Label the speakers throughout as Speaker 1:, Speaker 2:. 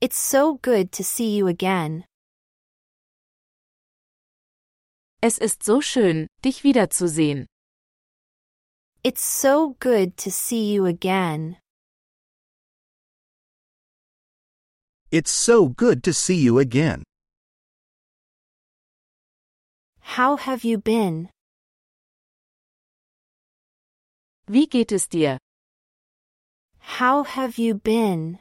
Speaker 1: It's so good to see you again.
Speaker 2: Es ist so schön, dich wiederzusehen.
Speaker 1: It's so good to see you again.
Speaker 3: It's so good to see you again.
Speaker 1: How have you been?
Speaker 2: Wie geht es dir?
Speaker 1: How have you been?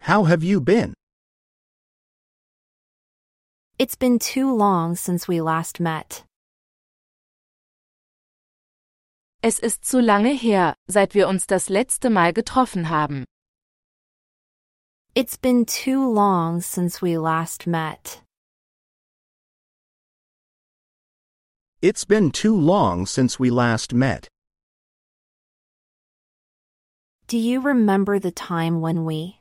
Speaker 3: How have you been?
Speaker 1: It's been too long since we last met.
Speaker 2: Es ist zu lange her, seit wir uns das letzte Mal getroffen haben.
Speaker 1: It's been too long since we last met.
Speaker 3: It's been too long since we last met.
Speaker 1: Do you remember the time when we?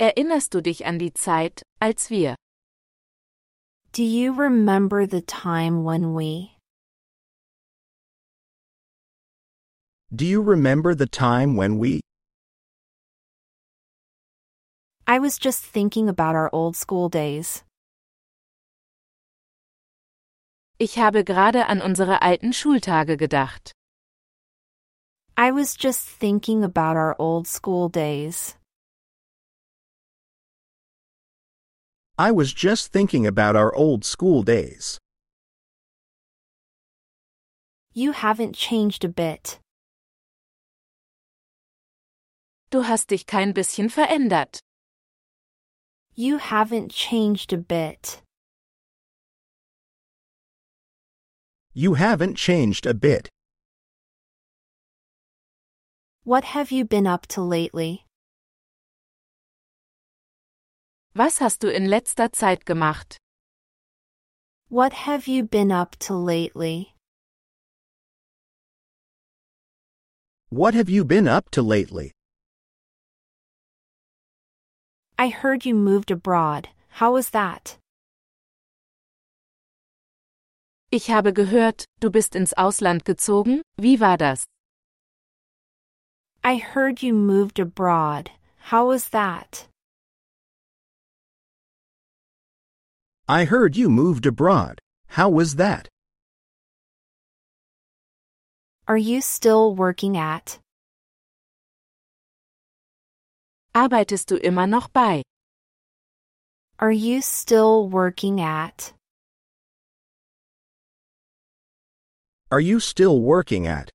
Speaker 2: Erinnerst du dich an die Zeit, als wir?
Speaker 1: Do you remember the time when we?
Speaker 3: Do you remember the time when we?
Speaker 1: I was just thinking about our old school days.
Speaker 2: Ich habe gerade an unsere alten Schultage gedacht.
Speaker 1: I was just thinking about our old school days.
Speaker 3: I was just thinking about our old school days.
Speaker 1: You haven't changed a bit.
Speaker 2: Du hast dich kein bisschen verändert.
Speaker 1: You haven't changed a bit.
Speaker 3: You haven't changed a bit.
Speaker 1: What have you been up to lately?
Speaker 2: Was hast du in letzter Zeit gemacht?
Speaker 1: What have you been up to lately?
Speaker 3: What have you been up to lately?
Speaker 1: I heard you moved abroad. How was that?
Speaker 2: Ich habe gehört, du bist ins Ausland gezogen, wie war das?
Speaker 1: I heard you moved abroad. How was that?
Speaker 3: I heard you moved abroad. How was that?
Speaker 1: Are you still working at?
Speaker 2: Arbeitest du immer noch bei?
Speaker 1: Are you still working at?
Speaker 3: Are you still working at?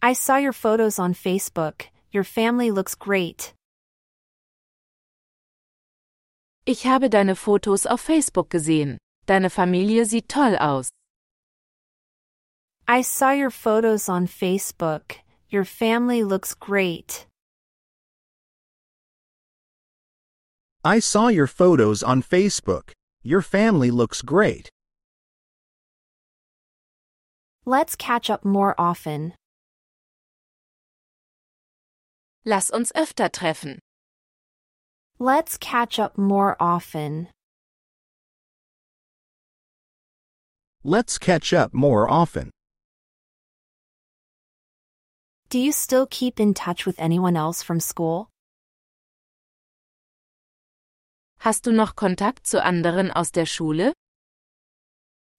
Speaker 1: I saw your photos on Facebook. Your family looks great.
Speaker 2: Ich habe deine Fotos auf Facebook gesehen. Deine Familie sieht toll aus.
Speaker 1: I saw your photos on Facebook. Your family looks great.
Speaker 3: I saw your photos on Facebook. Your family looks great.
Speaker 1: Let's catch up more often.
Speaker 2: Lass uns öfter treffen.
Speaker 1: Let's catch up more often.
Speaker 3: Let's catch up more often.
Speaker 1: Do you still keep in touch with anyone else from school?
Speaker 2: Hast du noch Kontakt zu anderen aus der Schule?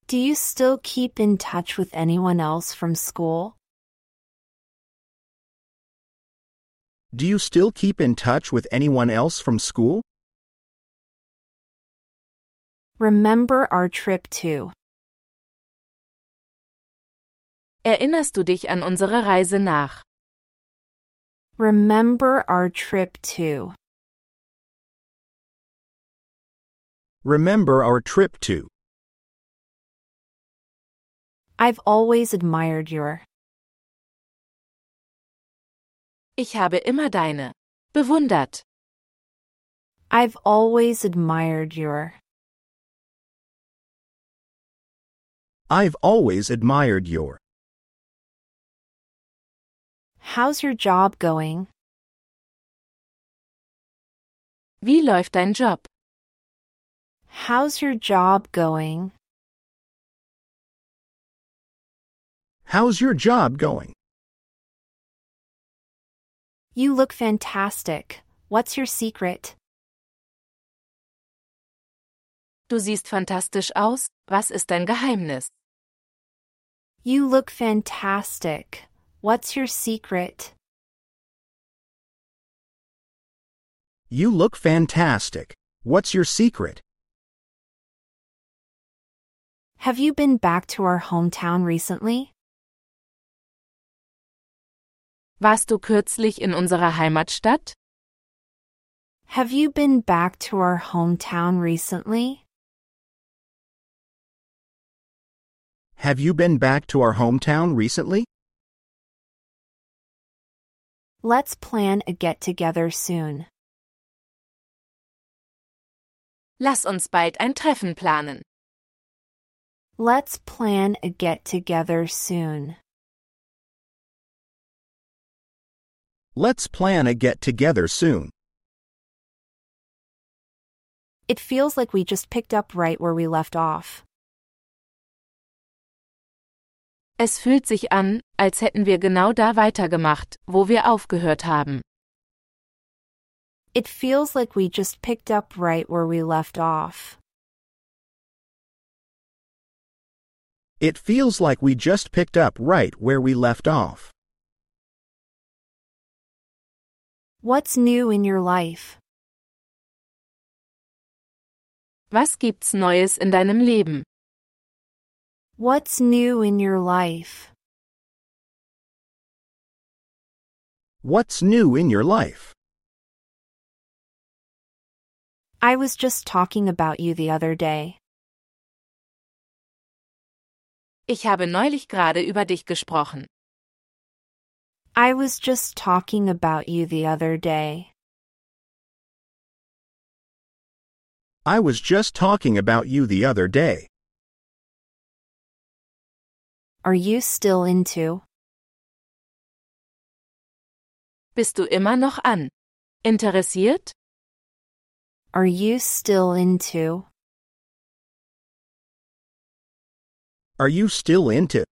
Speaker 1: Do you still keep in touch with anyone else from school?
Speaker 3: Do you still keep in touch with anyone else from school?
Speaker 1: Remember our trip to.
Speaker 2: Erinnerst du dich an unsere Reise nach?
Speaker 1: Remember our trip to.
Speaker 3: Remember our trip to.
Speaker 1: I've always admired your.
Speaker 2: Ich habe immer deine. Bewundert.
Speaker 1: I've always admired your.
Speaker 3: I've always admired your.
Speaker 1: How's your job going?
Speaker 2: Wie läuft dein Job?
Speaker 1: How's your job going?
Speaker 3: How's your job going?
Speaker 1: You look fantastic. What's your secret?
Speaker 2: Du siehst fantastisch aus, was ist dein Geheimnis?
Speaker 1: You look fantastic. What's your secret?
Speaker 3: You look fantastic. What's your secret?
Speaker 1: Have you been back to our hometown recently?
Speaker 2: Warst du kürzlich in unserer Heimatstadt?
Speaker 1: Have you been back to our hometown recently?
Speaker 3: Have you been back to our hometown recently?
Speaker 1: Let's plan a get together soon.
Speaker 2: Lass uns bald ein Treffen planen.
Speaker 1: Let's plan a get together soon.
Speaker 3: Let's plan a get together soon.
Speaker 1: It feels like we just picked up right where we left off.
Speaker 2: Es fühlt sich an, als hätten wir genau da weitergemacht, wo wir aufgehört haben.
Speaker 1: It feels like we just picked up right where we left off.
Speaker 3: It feels like we just picked up right where we left off.
Speaker 1: What's new in your life?
Speaker 2: Was gibt's Neues in deinem Leben?
Speaker 1: What's new in your life?
Speaker 3: What's new in your life?
Speaker 1: I was just talking about you the other day.
Speaker 2: Ich habe neulich gerade über dich gesprochen.
Speaker 1: I was just talking about you the other day.
Speaker 3: I was just talking about you the other day.
Speaker 1: Are you still into?
Speaker 2: Bist du immer noch an? Interessiert?
Speaker 1: Are you still into?
Speaker 3: Are you still into?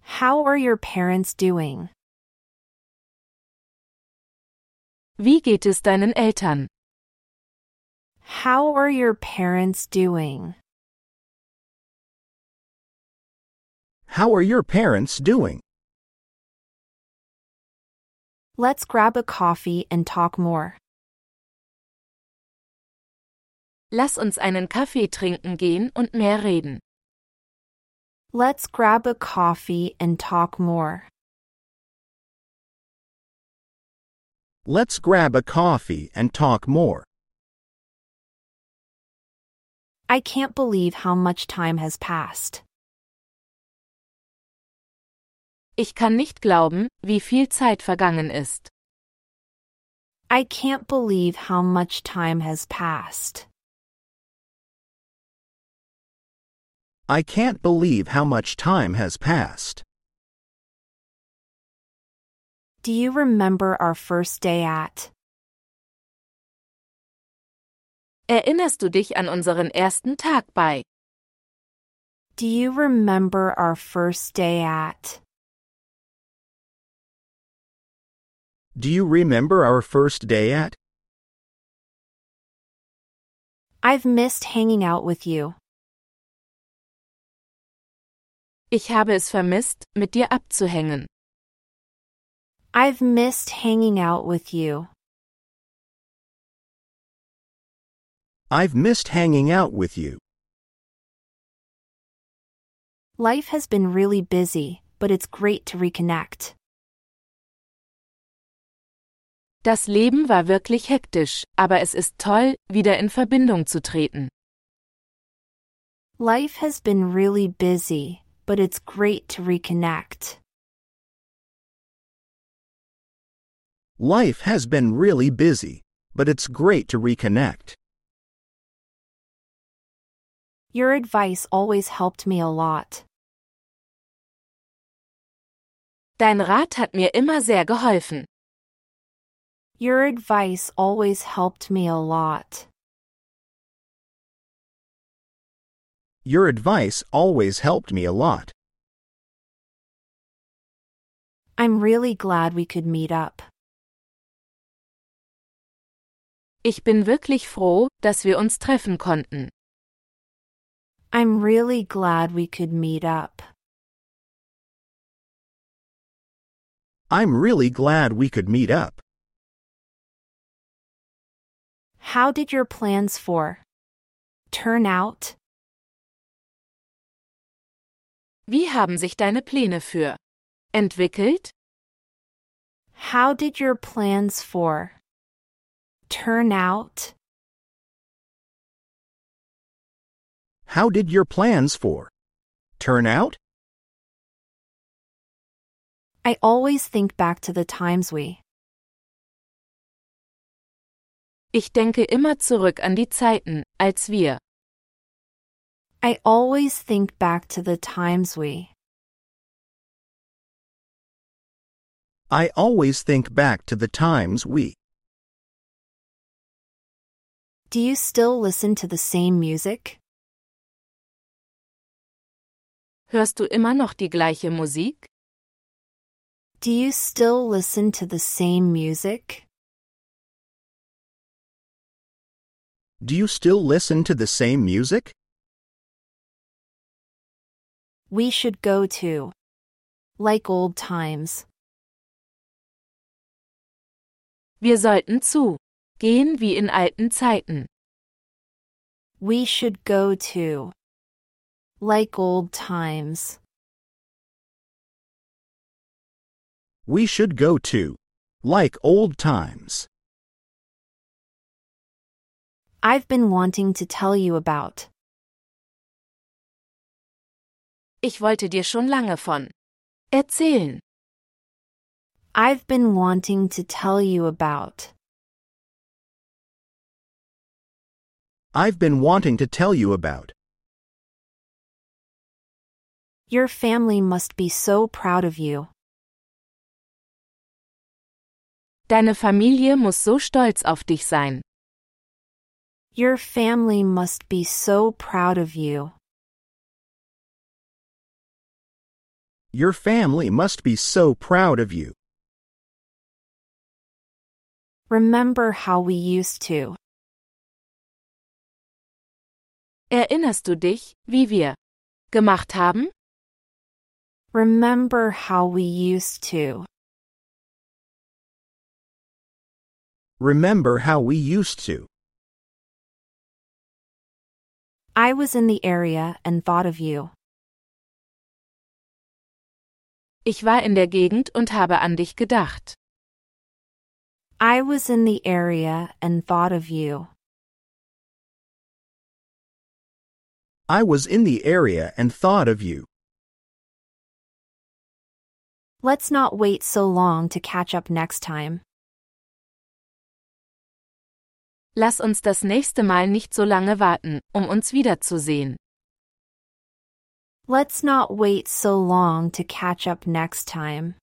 Speaker 1: How are your parents doing?
Speaker 2: Wie geht es deinen Eltern?
Speaker 1: How are your parents doing?
Speaker 3: How are your parents doing?
Speaker 1: Let's grab a coffee and talk more.
Speaker 2: Lass uns einen Kaffee trinken gehen und mehr reden.
Speaker 1: Let's grab a coffee and talk more.
Speaker 3: Let's grab a coffee and talk more.
Speaker 1: I can't believe how much time has passed.
Speaker 2: Ich kann nicht glauben, wie viel Zeit vergangen ist.
Speaker 1: I can't believe how much time has passed.
Speaker 3: I can't believe how much time has passed.
Speaker 1: Do you remember our first day at?
Speaker 2: Erinnerst du dich an unseren ersten Tag bei?
Speaker 1: Do you remember our first day at?
Speaker 3: Do you remember our first day at?
Speaker 1: I've missed hanging out with you.
Speaker 2: Ich habe es vermisst, mit dir abzuhängen.
Speaker 1: I've missed hanging out with you.
Speaker 3: I've missed hanging out with you.
Speaker 1: Life has been really busy, but it's great to reconnect.
Speaker 2: Das Leben war wirklich hektisch, aber es ist toll, wieder in Verbindung zu treten.
Speaker 1: Life has been really busy, but it's great to reconnect.
Speaker 3: Life has been really busy, but it's great to reconnect.
Speaker 1: Your advice always helped me a lot.
Speaker 2: Dein Rat hat mir immer sehr geholfen.
Speaker 1: Your advice always helped me a lot.
Speaker 3: Your advice always helped me a lot.
Speaker 1: I'm really glad we could meet up.
Speaker 2: Ich bin wirklich froh, dass wir uns treffen konnten.
Speaker 1: I'm really glad we could meet up.
Speaker 3: I'm really glad we could meet up.
Speaker 1: How did your plans for turn out?
Speaker 2: Wie haben sich deine Pläne für entwickelt?
Speaker 1: How did your plans for turn out?
Speaker 3: How did your plans for turn out?
Speaker 1: I always think back to the times we
Speaker 2: Ich denke immer zurück an die Zeiten, als wir
Speaker 1: I always think back to the times we
Speaker 3: I always think back to the times we.
Speaker 1: Do you still listen to the same music?
Speaker 2: Hörst du immer noch die gleiche Musik?
Speaker 1: Do you still listen to the same music?
Speaker 3: Do you still listen to the same music?
Speaker 1: We should go to like old times.
Speaker 2: Wir sollten zu gehen wie in alten Zeiten.
Speaker 1: We should go to like old times.
Speaker 3: We should go to. Like old times.
Speaker 1: I've been wanting to tell you about
Speaker 2: Ich wollte dir schon lange von erzählen.
Speaker 1: I've been wanting to tell you about.
Speaker 3: I've been wanting to tell you about.
Speaker 1: Your family must be so proud of you.
Speaker 2: Deine Familie muss so stolz auf dich sein.
Speaker 1: Your family must be so proud of you.
Speaker 3: Your family must be so proud of you.
Speaker 1: Remember how we used to
Speaker 2: Erinnerst du dich, wie wir gemacht haben?
Speaker 1: Remember how we used to.
Speaker 3: Remember how we used to.
Speaker 1: I was in the area and thought of you.
Speaker 2: Ich war in der Gegend und habe an dich gedacht.
Speaker 1: I was in the area and thought of you.
Speaker 3: I was in the area and thought of you.
Speaker 1: Let's not wait so long to catch up next time.
Speaker 2: Lass uns das nächste Mal nicht so lange warten, um uns wiederzusehen.
Speaker 1: Let's not wait so long to catch up next time.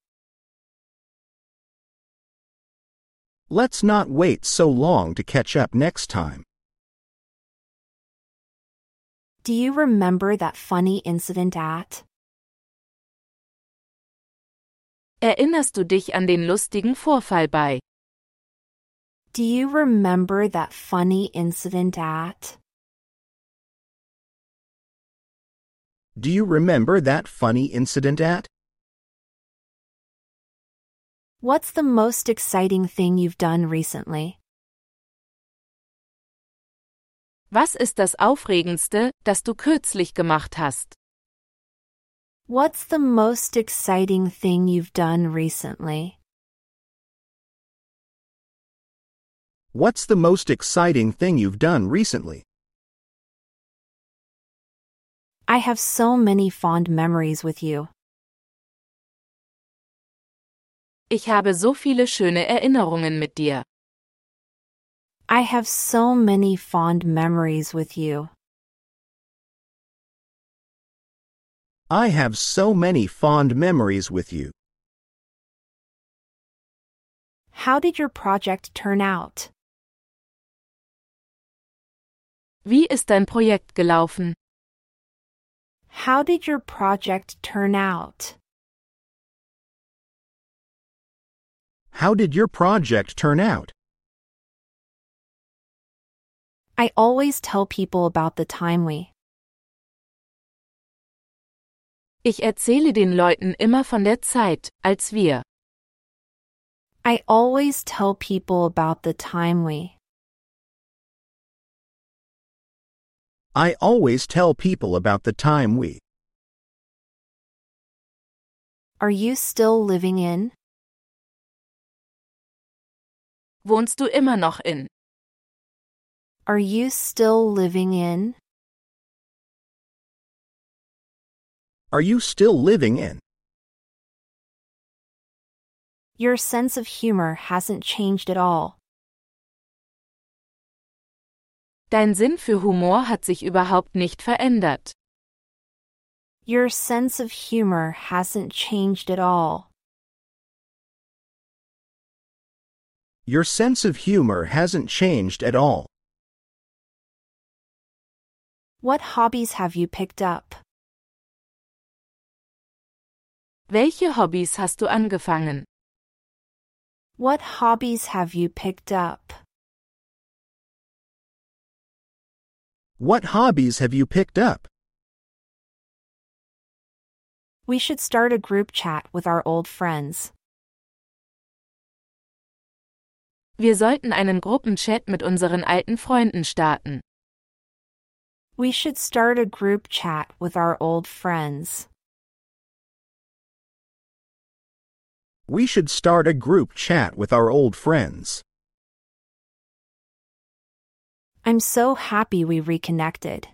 Speaker 3: Let's not wait so long to catch up next time.
Speaker 1: Do you remember that funny incident at?
Speaker 2: Erinnerst du dich an den lustigen Vorfall bei?
Speaker 1: Do you remember that funny incident at?
Speaker 3: Do you remember that funny incident at?
Speaker 1: What's the most exciting thing you've done recently?
Speaker 2: Was ist das Aufregendste, das du kürzlich gemacht hast?
Speaker 1: What's the most exciting thing you've done recently?
Speaker 3: What's the most exciting thing you've done recently?
Speaker 1: I have so many fond memories with you.
Speaker 2: Ich habe so viele schöne Erinnerungen mit dir.
Speaker 1: I have so many fond memories with you.
Speaker 3: I have so many fond memories with you.
Speaker 1: How did your project turn out?
Speaker 2: Wie ist dein Projekt gelaufen?
Speaker 1: How did your project turn out?
Speaker 3: How did your project turn out?
Speaker 1: I always tell people about the time we
Speaker 2: Ich erzähle den Leuten immer von der Zeit, als wir.
Speaker 1: I always tell people about the time we
Speaker 3: I always tell people about the time we.
Speaker 1: Are you still living in?
Speaker 2: Wohnst du immer noch in?
Speaker 1: Are you still living in?
Speaker 3: Are you still living in?
Speaker 1: Your sense of humor hasn't changed at all.
Speaker 2: Dein Sinn für Humor hat sich überhaupt nicht verändert.
Speaker 1: Your sense of humor hasn't changed at all.
Speaker 3: Your sense of humor hasn't changed at all.
Speaker 1: What hobbies have you picked up?
Speaker 2: Welche Hobbys hast du angefangen?
Speaker 1: What hobbies have you picked up?
Speaker 3: What hobbies have you picked up?
Speaker 1: We should start a group chat with our old friends.
Speaker 2: Wir sollten einen Gruppenchat mit unseren alten Freunden starten.
Speaker 1: We should start a group chat with our old friends.
Speaker 3: We should start a group chat with our old friends.
Speaker 1: I'm so happy we reconnected.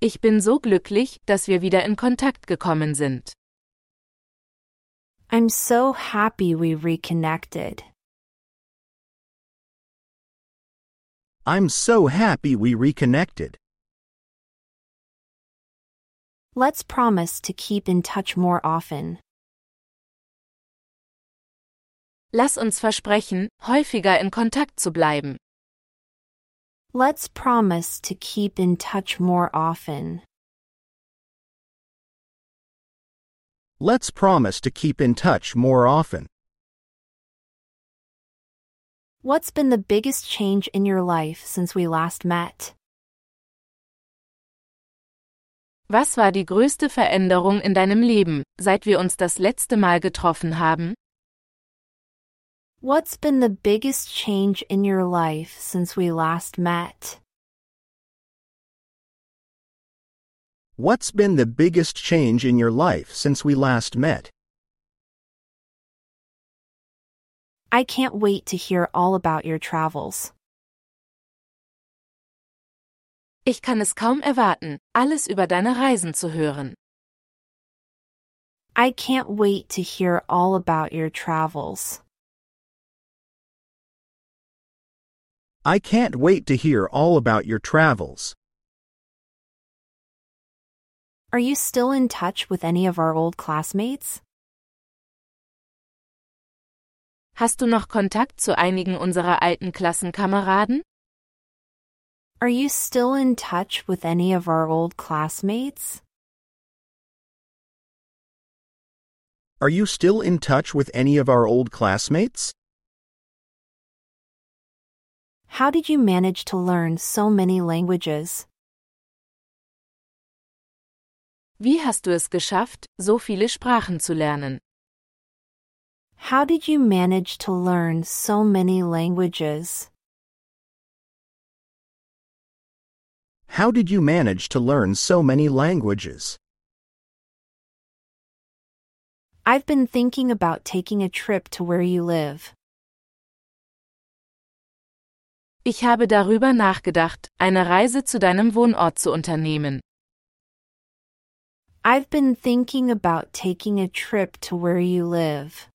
Speaker 2: Ich bin so glücklich, dass wir wieder in Kontakt gekommen sind.
Speaker 1: I'm so happy we reconnected.
Speaker 3: I'm so happy we reconnected.
Speaker 1: Let's promise to keep in touch more often.
Speaker 2: Lass uns versprechen, häufiger in Kontakt zu bleiben.
Speaker 1: Let's promise to keep in touch more often.
Speaker 3: Let's promise to keep in touch more often.
Speaker 1: What's been the biggest change in your life since we last met?
Speaker 2: Was war die größte Veränderung in deinem Leben, seit wir uns das letzte Mal getroffen haben?
Speaker 1: What's been the biggest change in your life since we last met?
Speaker 3: What's been the biggest change in your life since we last met?
Speaker 1: I can't wait to hear all about your travels.
Speaker 2: Ich kann es kaum erwarten, alles über deine Reisen zu hören.
Speaker 1: I can't wait to hear all about your travels.
Speaker 3: I can't wait to hear all about your travels.
Speaker 1: Are you still in touch with any of our old classmates?
Speaker 2: Hast du noch Kontakt zu einigen unserer alten Klassenkameraden?
Speaker 1: Are you still in touch with any of our old classmates?
Speaker 3: Are you still in touch with any of our old classmates?
Speaker 1: How did you manage to learn so many languages?
Speaker 2: Wie hast du es geschafft, so viele Sprachen zu lernen?
Speaker 1: How did you manage to learn so many languages?
Speaker 3: How did you manage to learn so many languages?
Speaker 1: I've been thinking about taking a trip to where you live.
Speaker 2: Ich habe darüber nachgedacht, eine Reise zu deinem Wohnort zu unternehmen.
Speaker 1: I've been thinking about taking a trip to where you live.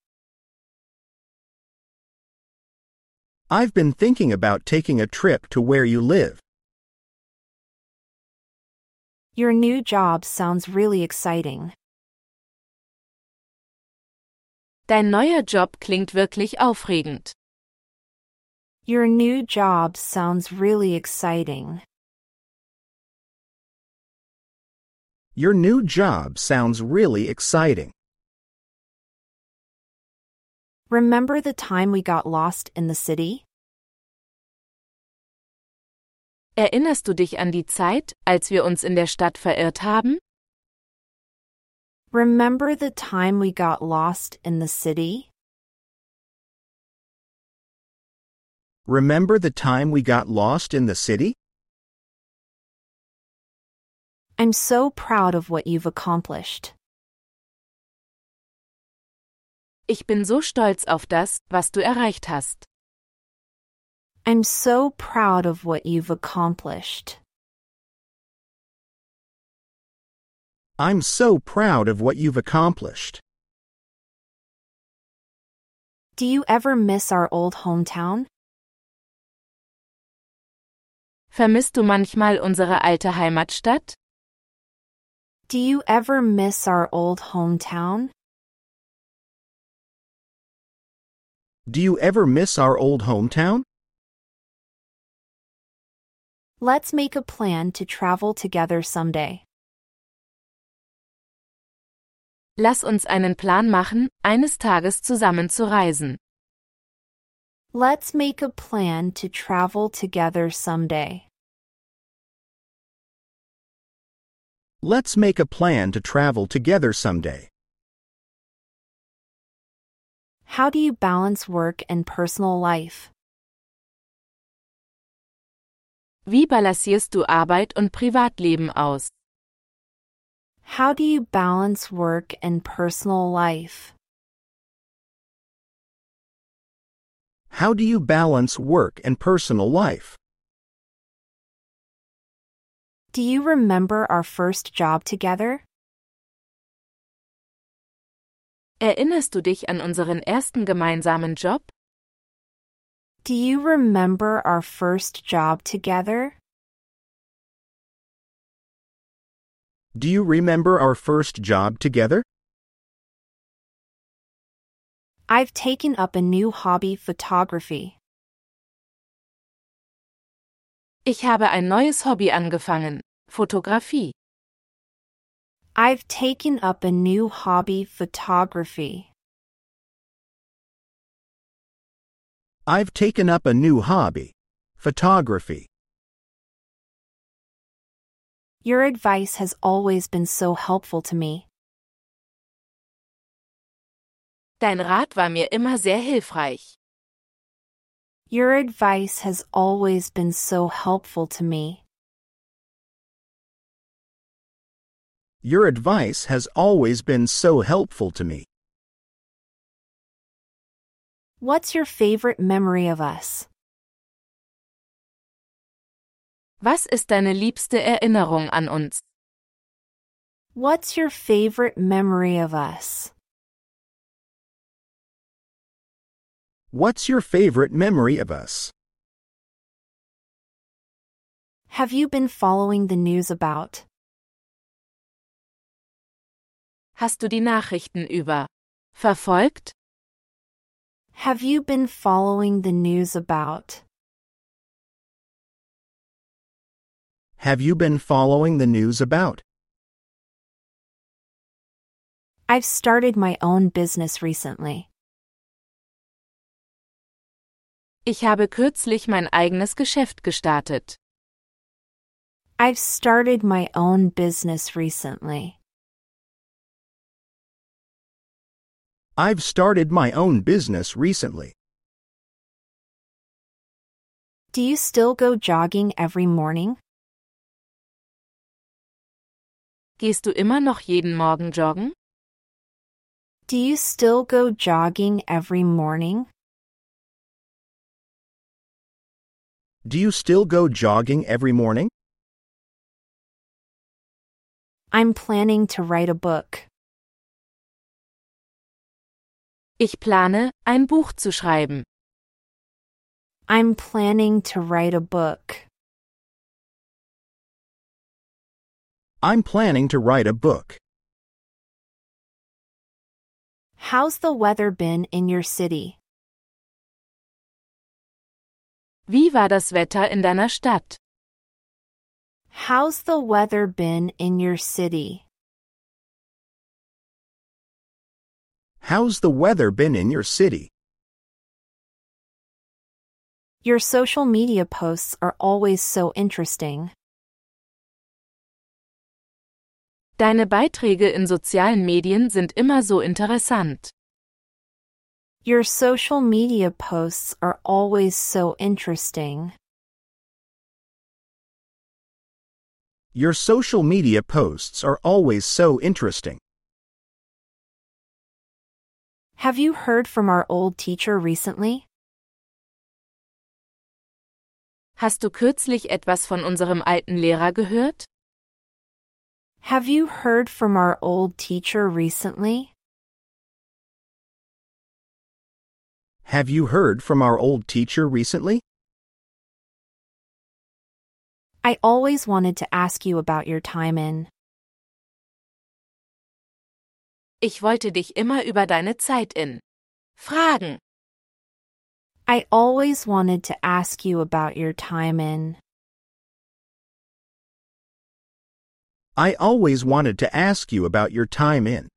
Speaker 3: I've been thinking about taking a trip to where you live.
Speaker 1: Your new job sounds really exciting.
Speaker 2: Dein neuer Job klingt wirklich aufregend.
Speaker 1: Your new job sounds really exciting.
Speaker 3: Your new job sounds really exciting.
Speaker 1: Remember the time we got lost in the city?
Speaker 2: Erinnerst du dich an die Zeit, als wir uns in der Stadt verirrt haben?
Speaker 1: Remember the time we got lost in the city?
Speaker 3: Remember the time we got lost in the city?
Speaker 1: I'm so proud of what you've accomplished.
Speaker 2: Ich bin so stolz auf das, was du erreicht hast.
Speaker 1: I'm so proud of what you've accomplished.
Speaker 3: I'm so proud of what you've accomplished.
Speaker 1: Do you ever miss our old hometown?
Speaker 2: Vermisst du manchmal unsere alte Heimatstadt?
Speaker 1: Do you ever miss our old hometown?
Speaker 3: Do you ever miss our old hometown?
Speaker 1: Let's make a plan to travel together someday.
Speaker 2: Lass uns einen Plan machen, eines Tages zusammen zu reisen.
Speaker 1: Let's make a plan to travel together someday.
Speaker 3: Let's make a plan to travel together someday.
Speaker 1: How do you balance work and personal life?
Speaker 2: Wie balancierst du Arbeit und Privatleben aus?
Speaker 1: How do you balance work and personal life?
Speaker 3: How do you balance work and personal life?
Speaker 1: Do you remember our first job together?
Speaker 2: Erinnerst du dich an unseren ersten gemeinsamen Job?
Speaker 1: Do you remember our first job together?
Speaker 3: Do you remember our first job together?
Speaker 1: I've taken up a new hobby photography.
Speaker 2: Ich habe ein neues Hobby angefangen, Fotografie.
Speaker 1: I've taken up a new hobby photography.
Speaker 3: I've taken up a new hobby photography.
Speaker 1: Your advice has always been so helpful to me.
Speaker 2: Dein Rat war mir immer sehr hilfreich.
Speaker 1: Your advice has always been so helpful to me.
Speaker 3: Your advice has always been so helpful to me.
Speaker 1: What's your favorite memory of us?
Speaker 2: Was ist deine liebste Erinnerung an uns?
Speaker 1: What's your favorite memory of us?
Speaker 3: What's your favorite memory of us?
Speaker 1: Have you been following the news about?
Speaker 2: Hast du die Nachrichten über verfolgt?
Speaker 1: Have you been following the news about?
Speaker 3: Have you been following the news about?
Speaker 1: I've started my own business recently.
Speaker 2: Ich habe kürzlich mein eigenes Geschäft gestartet.
Speaker 1: I've started my own business recently.
Speaker 3: I've started my own business recently.
Speaker 1: Do you still go jogging every morning?
Speaker 2: Gehst du immer noch jeden Morgen joggen?
Speaker 1: Do you still go jogging every morning?
Speaker 3: Do you still go jogging every morning?
Speaker 1: I'm planning to write a book.
Speaker 2: Ich plane, ein Buch zu schreiben.
Speaker 1: I'm planning to write a book.
Speaker 3: I'm planning to write a book.
Speaker 1: How's the weather been in your city?
Speaker 2: Wie war das Wetter in deiner Stadt?
Speaker 1: How's the weather been in your city?
Speaker 3: How's the weather been in your city?
Speaker 1: Your social media posts are always so interesting.
Speaker 2: Deine Beiträge in sozialen Medien sind immer so interessant.
Speaker 1: Your social media posts are always so interesting.
Speaker 3: Your social media posts are always so interesting.
Speaker 1: Have you heard from our old teacher recently?
Speaker 2: Hast du kürzlich etwas von unserem alten Lehrer gehört?
Speaker 1: Have you heard from our old teacher recently?
Speaker 3: Have you heard from our old teacher recently?
Speaker 1: I always wanted to ask you about your time in.
Speaker 2: Ich wollte dich immer über deine Zeit in fragen.
Speaker 1: I always wanted to ask you about your time in.
Speaker 3: I always wanted to ask you about your time in.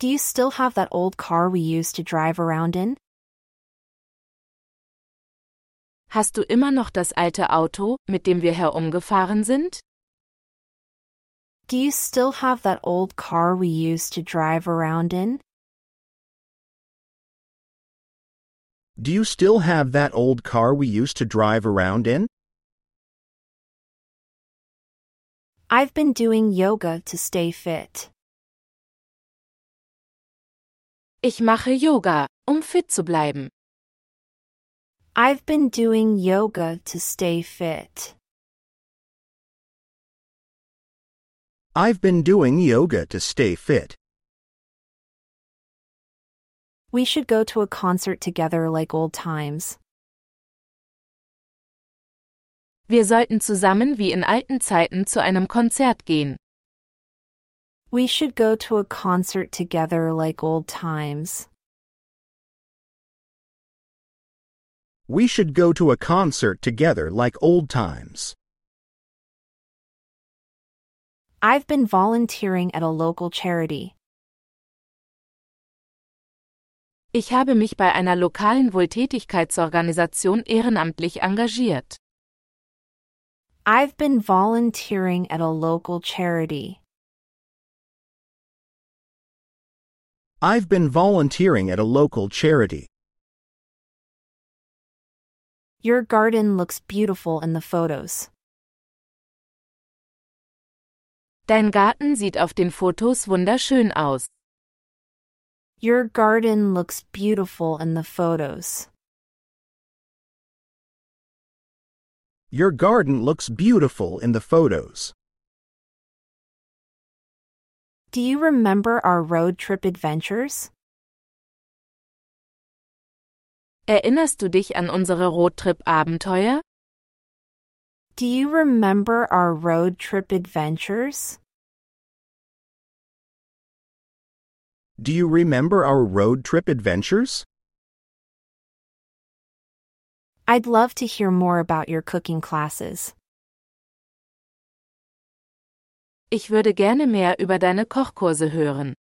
Speaker 1: Do you still have that old car we used to drive around in?
Speaker 2: Hast du immer noch das alte Auto, mit dem wir herumgefahren sind?
Speaker 1: Do you still have that old car we used to drive around in?
Speaker 3: Do you still have that old car we used to drive around in?
Speaker 1: I've been doing yoga to stay fit.
Speaker 2: Ich mache Yoga, um fit zu bleiben.
Speaker 1: I've been doing yoga to stay fit.
Speaker 3: I've been doing yoga to stay fit.
Speaker 1: We should go to a concert together like old times.
Speaker 2: Wir sollten zusammen wie in alten Zeiten zu einem Konzert gehen.
Speaker 1: We should go to a concert together like old times.
Speaker 3: We should go to a concert together like old times.
Speaker 1: I've been volunteering at a local charity.
Speaker 2: Ich habe mich bei einer lokalen Wohltätigkeitsorganisation ehrenamtlich engagiert.
Speaker 1: I've been volunteering at a local charity.
Speaker 3: I've been volunteering at a local charity.
Speaker 1: Your garden looks beautiful in the photos.
Speaker 2: Dein Garten sieht auf den Fotos wunderschön aus.
Speaker 1: Your garden looks beautiful in the photos.
Speaker 3: Your garden looks beautiful in the photos.
Speaker 1: Do you remember our road trip adventures?
Speaker 2: Erinnerst du dich an unsere Roadtrip-Abenteuer?
Speaker 1: Do you remember our road trip adventures?
Speaker 3: Do you remember our road trip adventures?
Speaker 1: I'd love to hear more about your cooking classes.
Speaker 2: Ich würde gerne mehr über deine Kochkurse hören.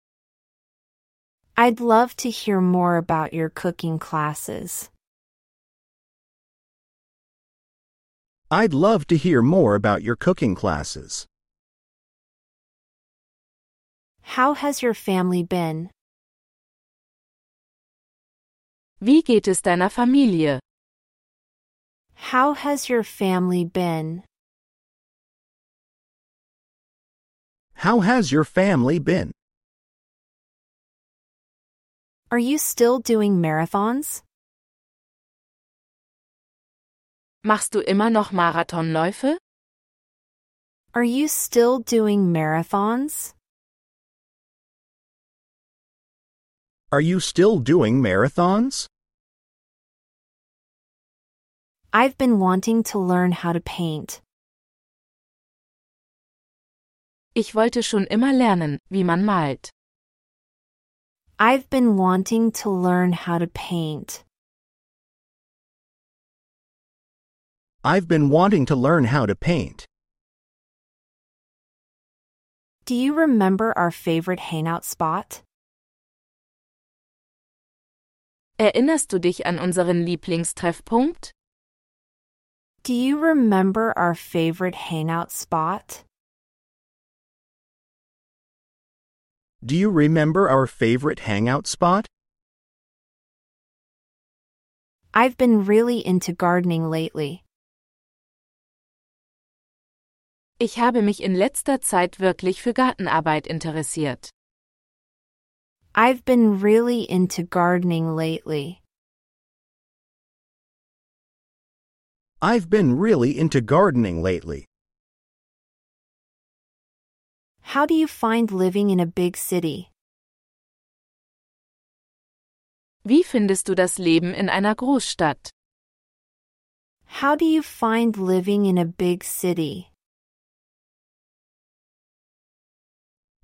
Speaker 1: I'd love to hear more about your cooking classes.
Speaker 3: I'd love to hear more about your cooking classes.
Speaker 1: How has your family been?
Speaker 2: Wie geht es deiner Familie?
Speaker 1: How has your family been?
Speaker 3: How has your family been?
Speaker 1: Are you still doing marathons?
Speaker 2: Machst du immer noch Marathonläufe?
Speaker 1: Are you still doing marathons?
Speaker 3: Are you still doing marathons?
Speaker 1: I've been wanting to learn how to paint.
Speaker 2: Ich wollte schon immer lernen, wie man malt.
Speaker 1: I've been wanting to learn how to paint.
Speaker 3: I've been wanting to learn how to paint.
Speaker 1: Do you remember our favorite hangout spot?
Speaker 2: Erinnerst du dich an unseren Lieblingstreffpunkt?
Speaker 1: Do you remember our favorite hangout spot?
Speaker 3: Do you remember our favorite hangout spot?
Speaker 1: I've been really into gardening lately.
Speaker 2: Ich habe mich in letzter Zeit wirklich für Gartenarbeit interessiert.
Speaker 1: I've been really into gardening lately.
Speaker 3: I've been really into gardening lately.
Speaker 1: How do you find living in a big city?
Speaker 2: Wie findest du das Leben in einer Großstadt?
Speaker 1: How do you find living in a big city?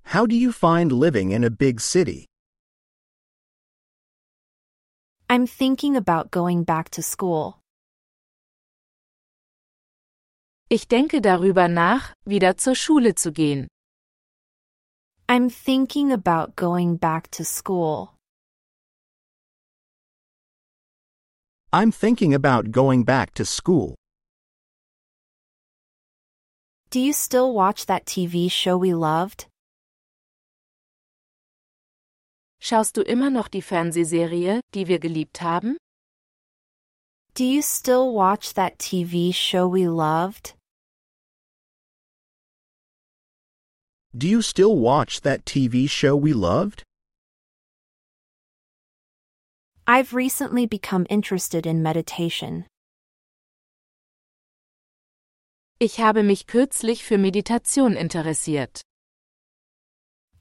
Speaker 3: How do you find living in a big city?
Speaker 1: I'm thinking about going back to school.
Speaker 2: Ich denke darüber nach, wieder zur Schule zu gehen.
Speaker 1: I'm thinking about going back to school.
Speaker 3: I'm thinking about going back to school.
Speaker 1: Do you still watch that TV show we loved?
Speaker 2: Schaust du immer noch die Fernsehserie, die wir geliebt haben?
Speaker 1: Do you still watch that TV show we loved?
Speaker 3: Do you still watch that TV show we loved?
Speaker 1: I've recently become interested in meditation.
Speaker 2: Ich habe mich kürzlich für Meditation interessiert.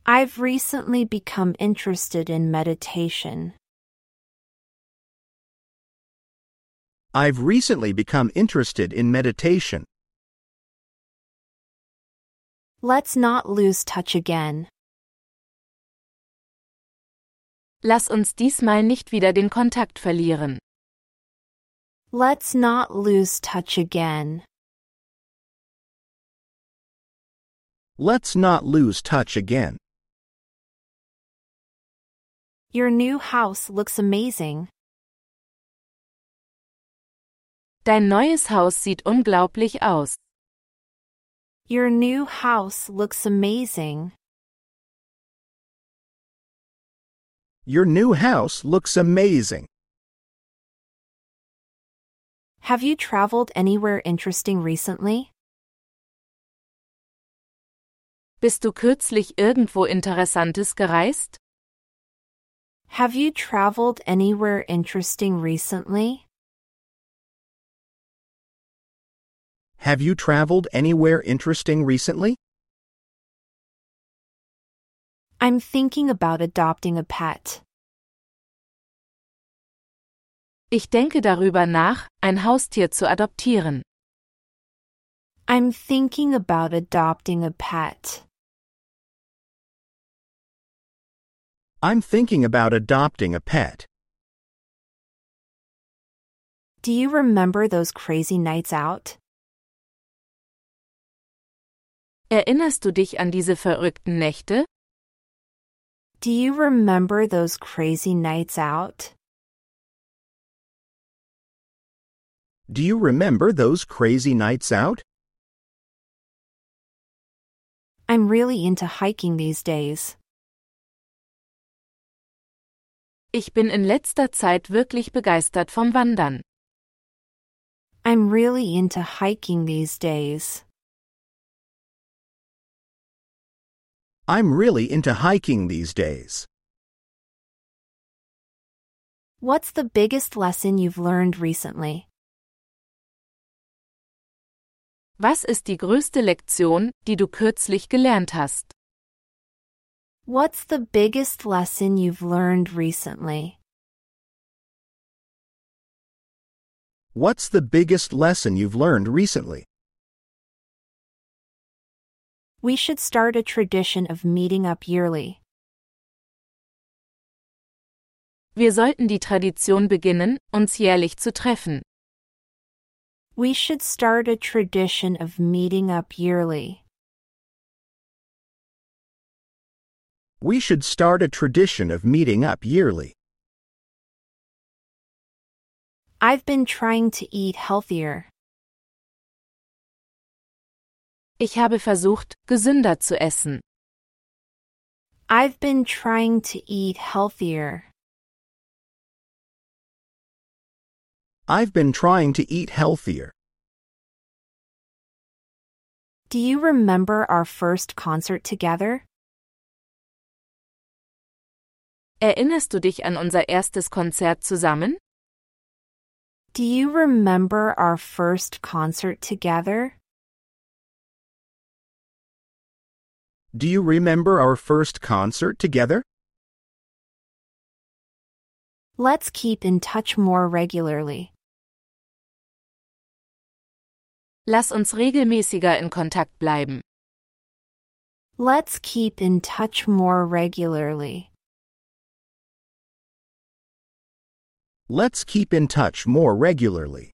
Speaker 1: I've recently become interested in meditation.
Speaker 3: I've recently become interested in meditation.
Speaker 1: Let's not lose touch again.
Speaker 2: Lass uns diesmal nicht wieder den Kontakt verlieren.
Speaker 1: Let's not lose touch again.
Speaker 3: Let's not lose touch again.
Speaker 1: Your new house looks amazing.
Speaker 2: Dein neues Haus sieht unglaublich aus.
Speaker 1: Your new house looks amazing.
Speaker 3: Your new house looks amazing.
Speaker 1: Have you traveled anywhere interesting recently?
Speaker 2: Bist du kürzlich irgendwo Interessantes gereist?
Speaker 1: Have you traveled anywhere interesting recently?
Speaker 3: Have you traveled anywhere interesting recently?
Speaker 1: I'm thinking about adopting a pet.
Speaker 2: Ich denke darüber nach, ein Haustier zu adoptieren.
Speaker 1: I'm thinking about adopting a pet.
Speaker 3: I'm thinking about adopting a pet.
Speaker 1: Do you remember those crazy nights out?
Speaker 2: Erinnerst du dich an diese verrückten Nächte?
Speaker 1: Do you remember those crazy nights out?
Speaker 3: Do you remember those crazy nights out?
Speaker 1: I'm really into hiking these days.
Speaker 2: Ich bin in letzter Zeit wirklich begeistert vom Wandern.
Speaker 1: I'm really into hiking these days.
Speaker 3: I'm really into hiking these days.
Speaker 1: What's the biggest lesson you've learned recently?
Speaker 2: Was ist die größte Lektion, die du kürzlich gelernt hast?
Speaker 1: What's the biggest lesson you've learned recently?
Speaker 3: What's the biggest lesson you've learned recently?
Speaker 1: We should start a tradition of meeting up yearly.
Speaker 2: Wir sollten die Tradition beginnen, uns jährlich zu treffen.
Speaker 1: We should start a tradition of meeting up yearly.
Speaker 3: We should start a tradition of meeting up yearly.
Speaker 1: I've been trying to eat healthier.
Speaker 2: Ich habe versucht, gesünder zu essen.
Speaker 1: I've been trying to eat healthier.
Speaker 3: I've been trying to eat healthier.
Speaker 1: Do you remember our first concert together?
Speaker 2: Erinnerst du dich an unser erstes Konzert zusammen?
Speaker 1: Do you remember our first concert together?
Speaker 3: Do you remember our first concert together?
Speaker 1: Let's keep in touch more regularly.
Speaker 2: Lass uns regelmäßiger in Kontakt bleiben.
Speaker 1: Let's keep in touch more regularly.
Speaker 3: Let's keep in touch more regularly.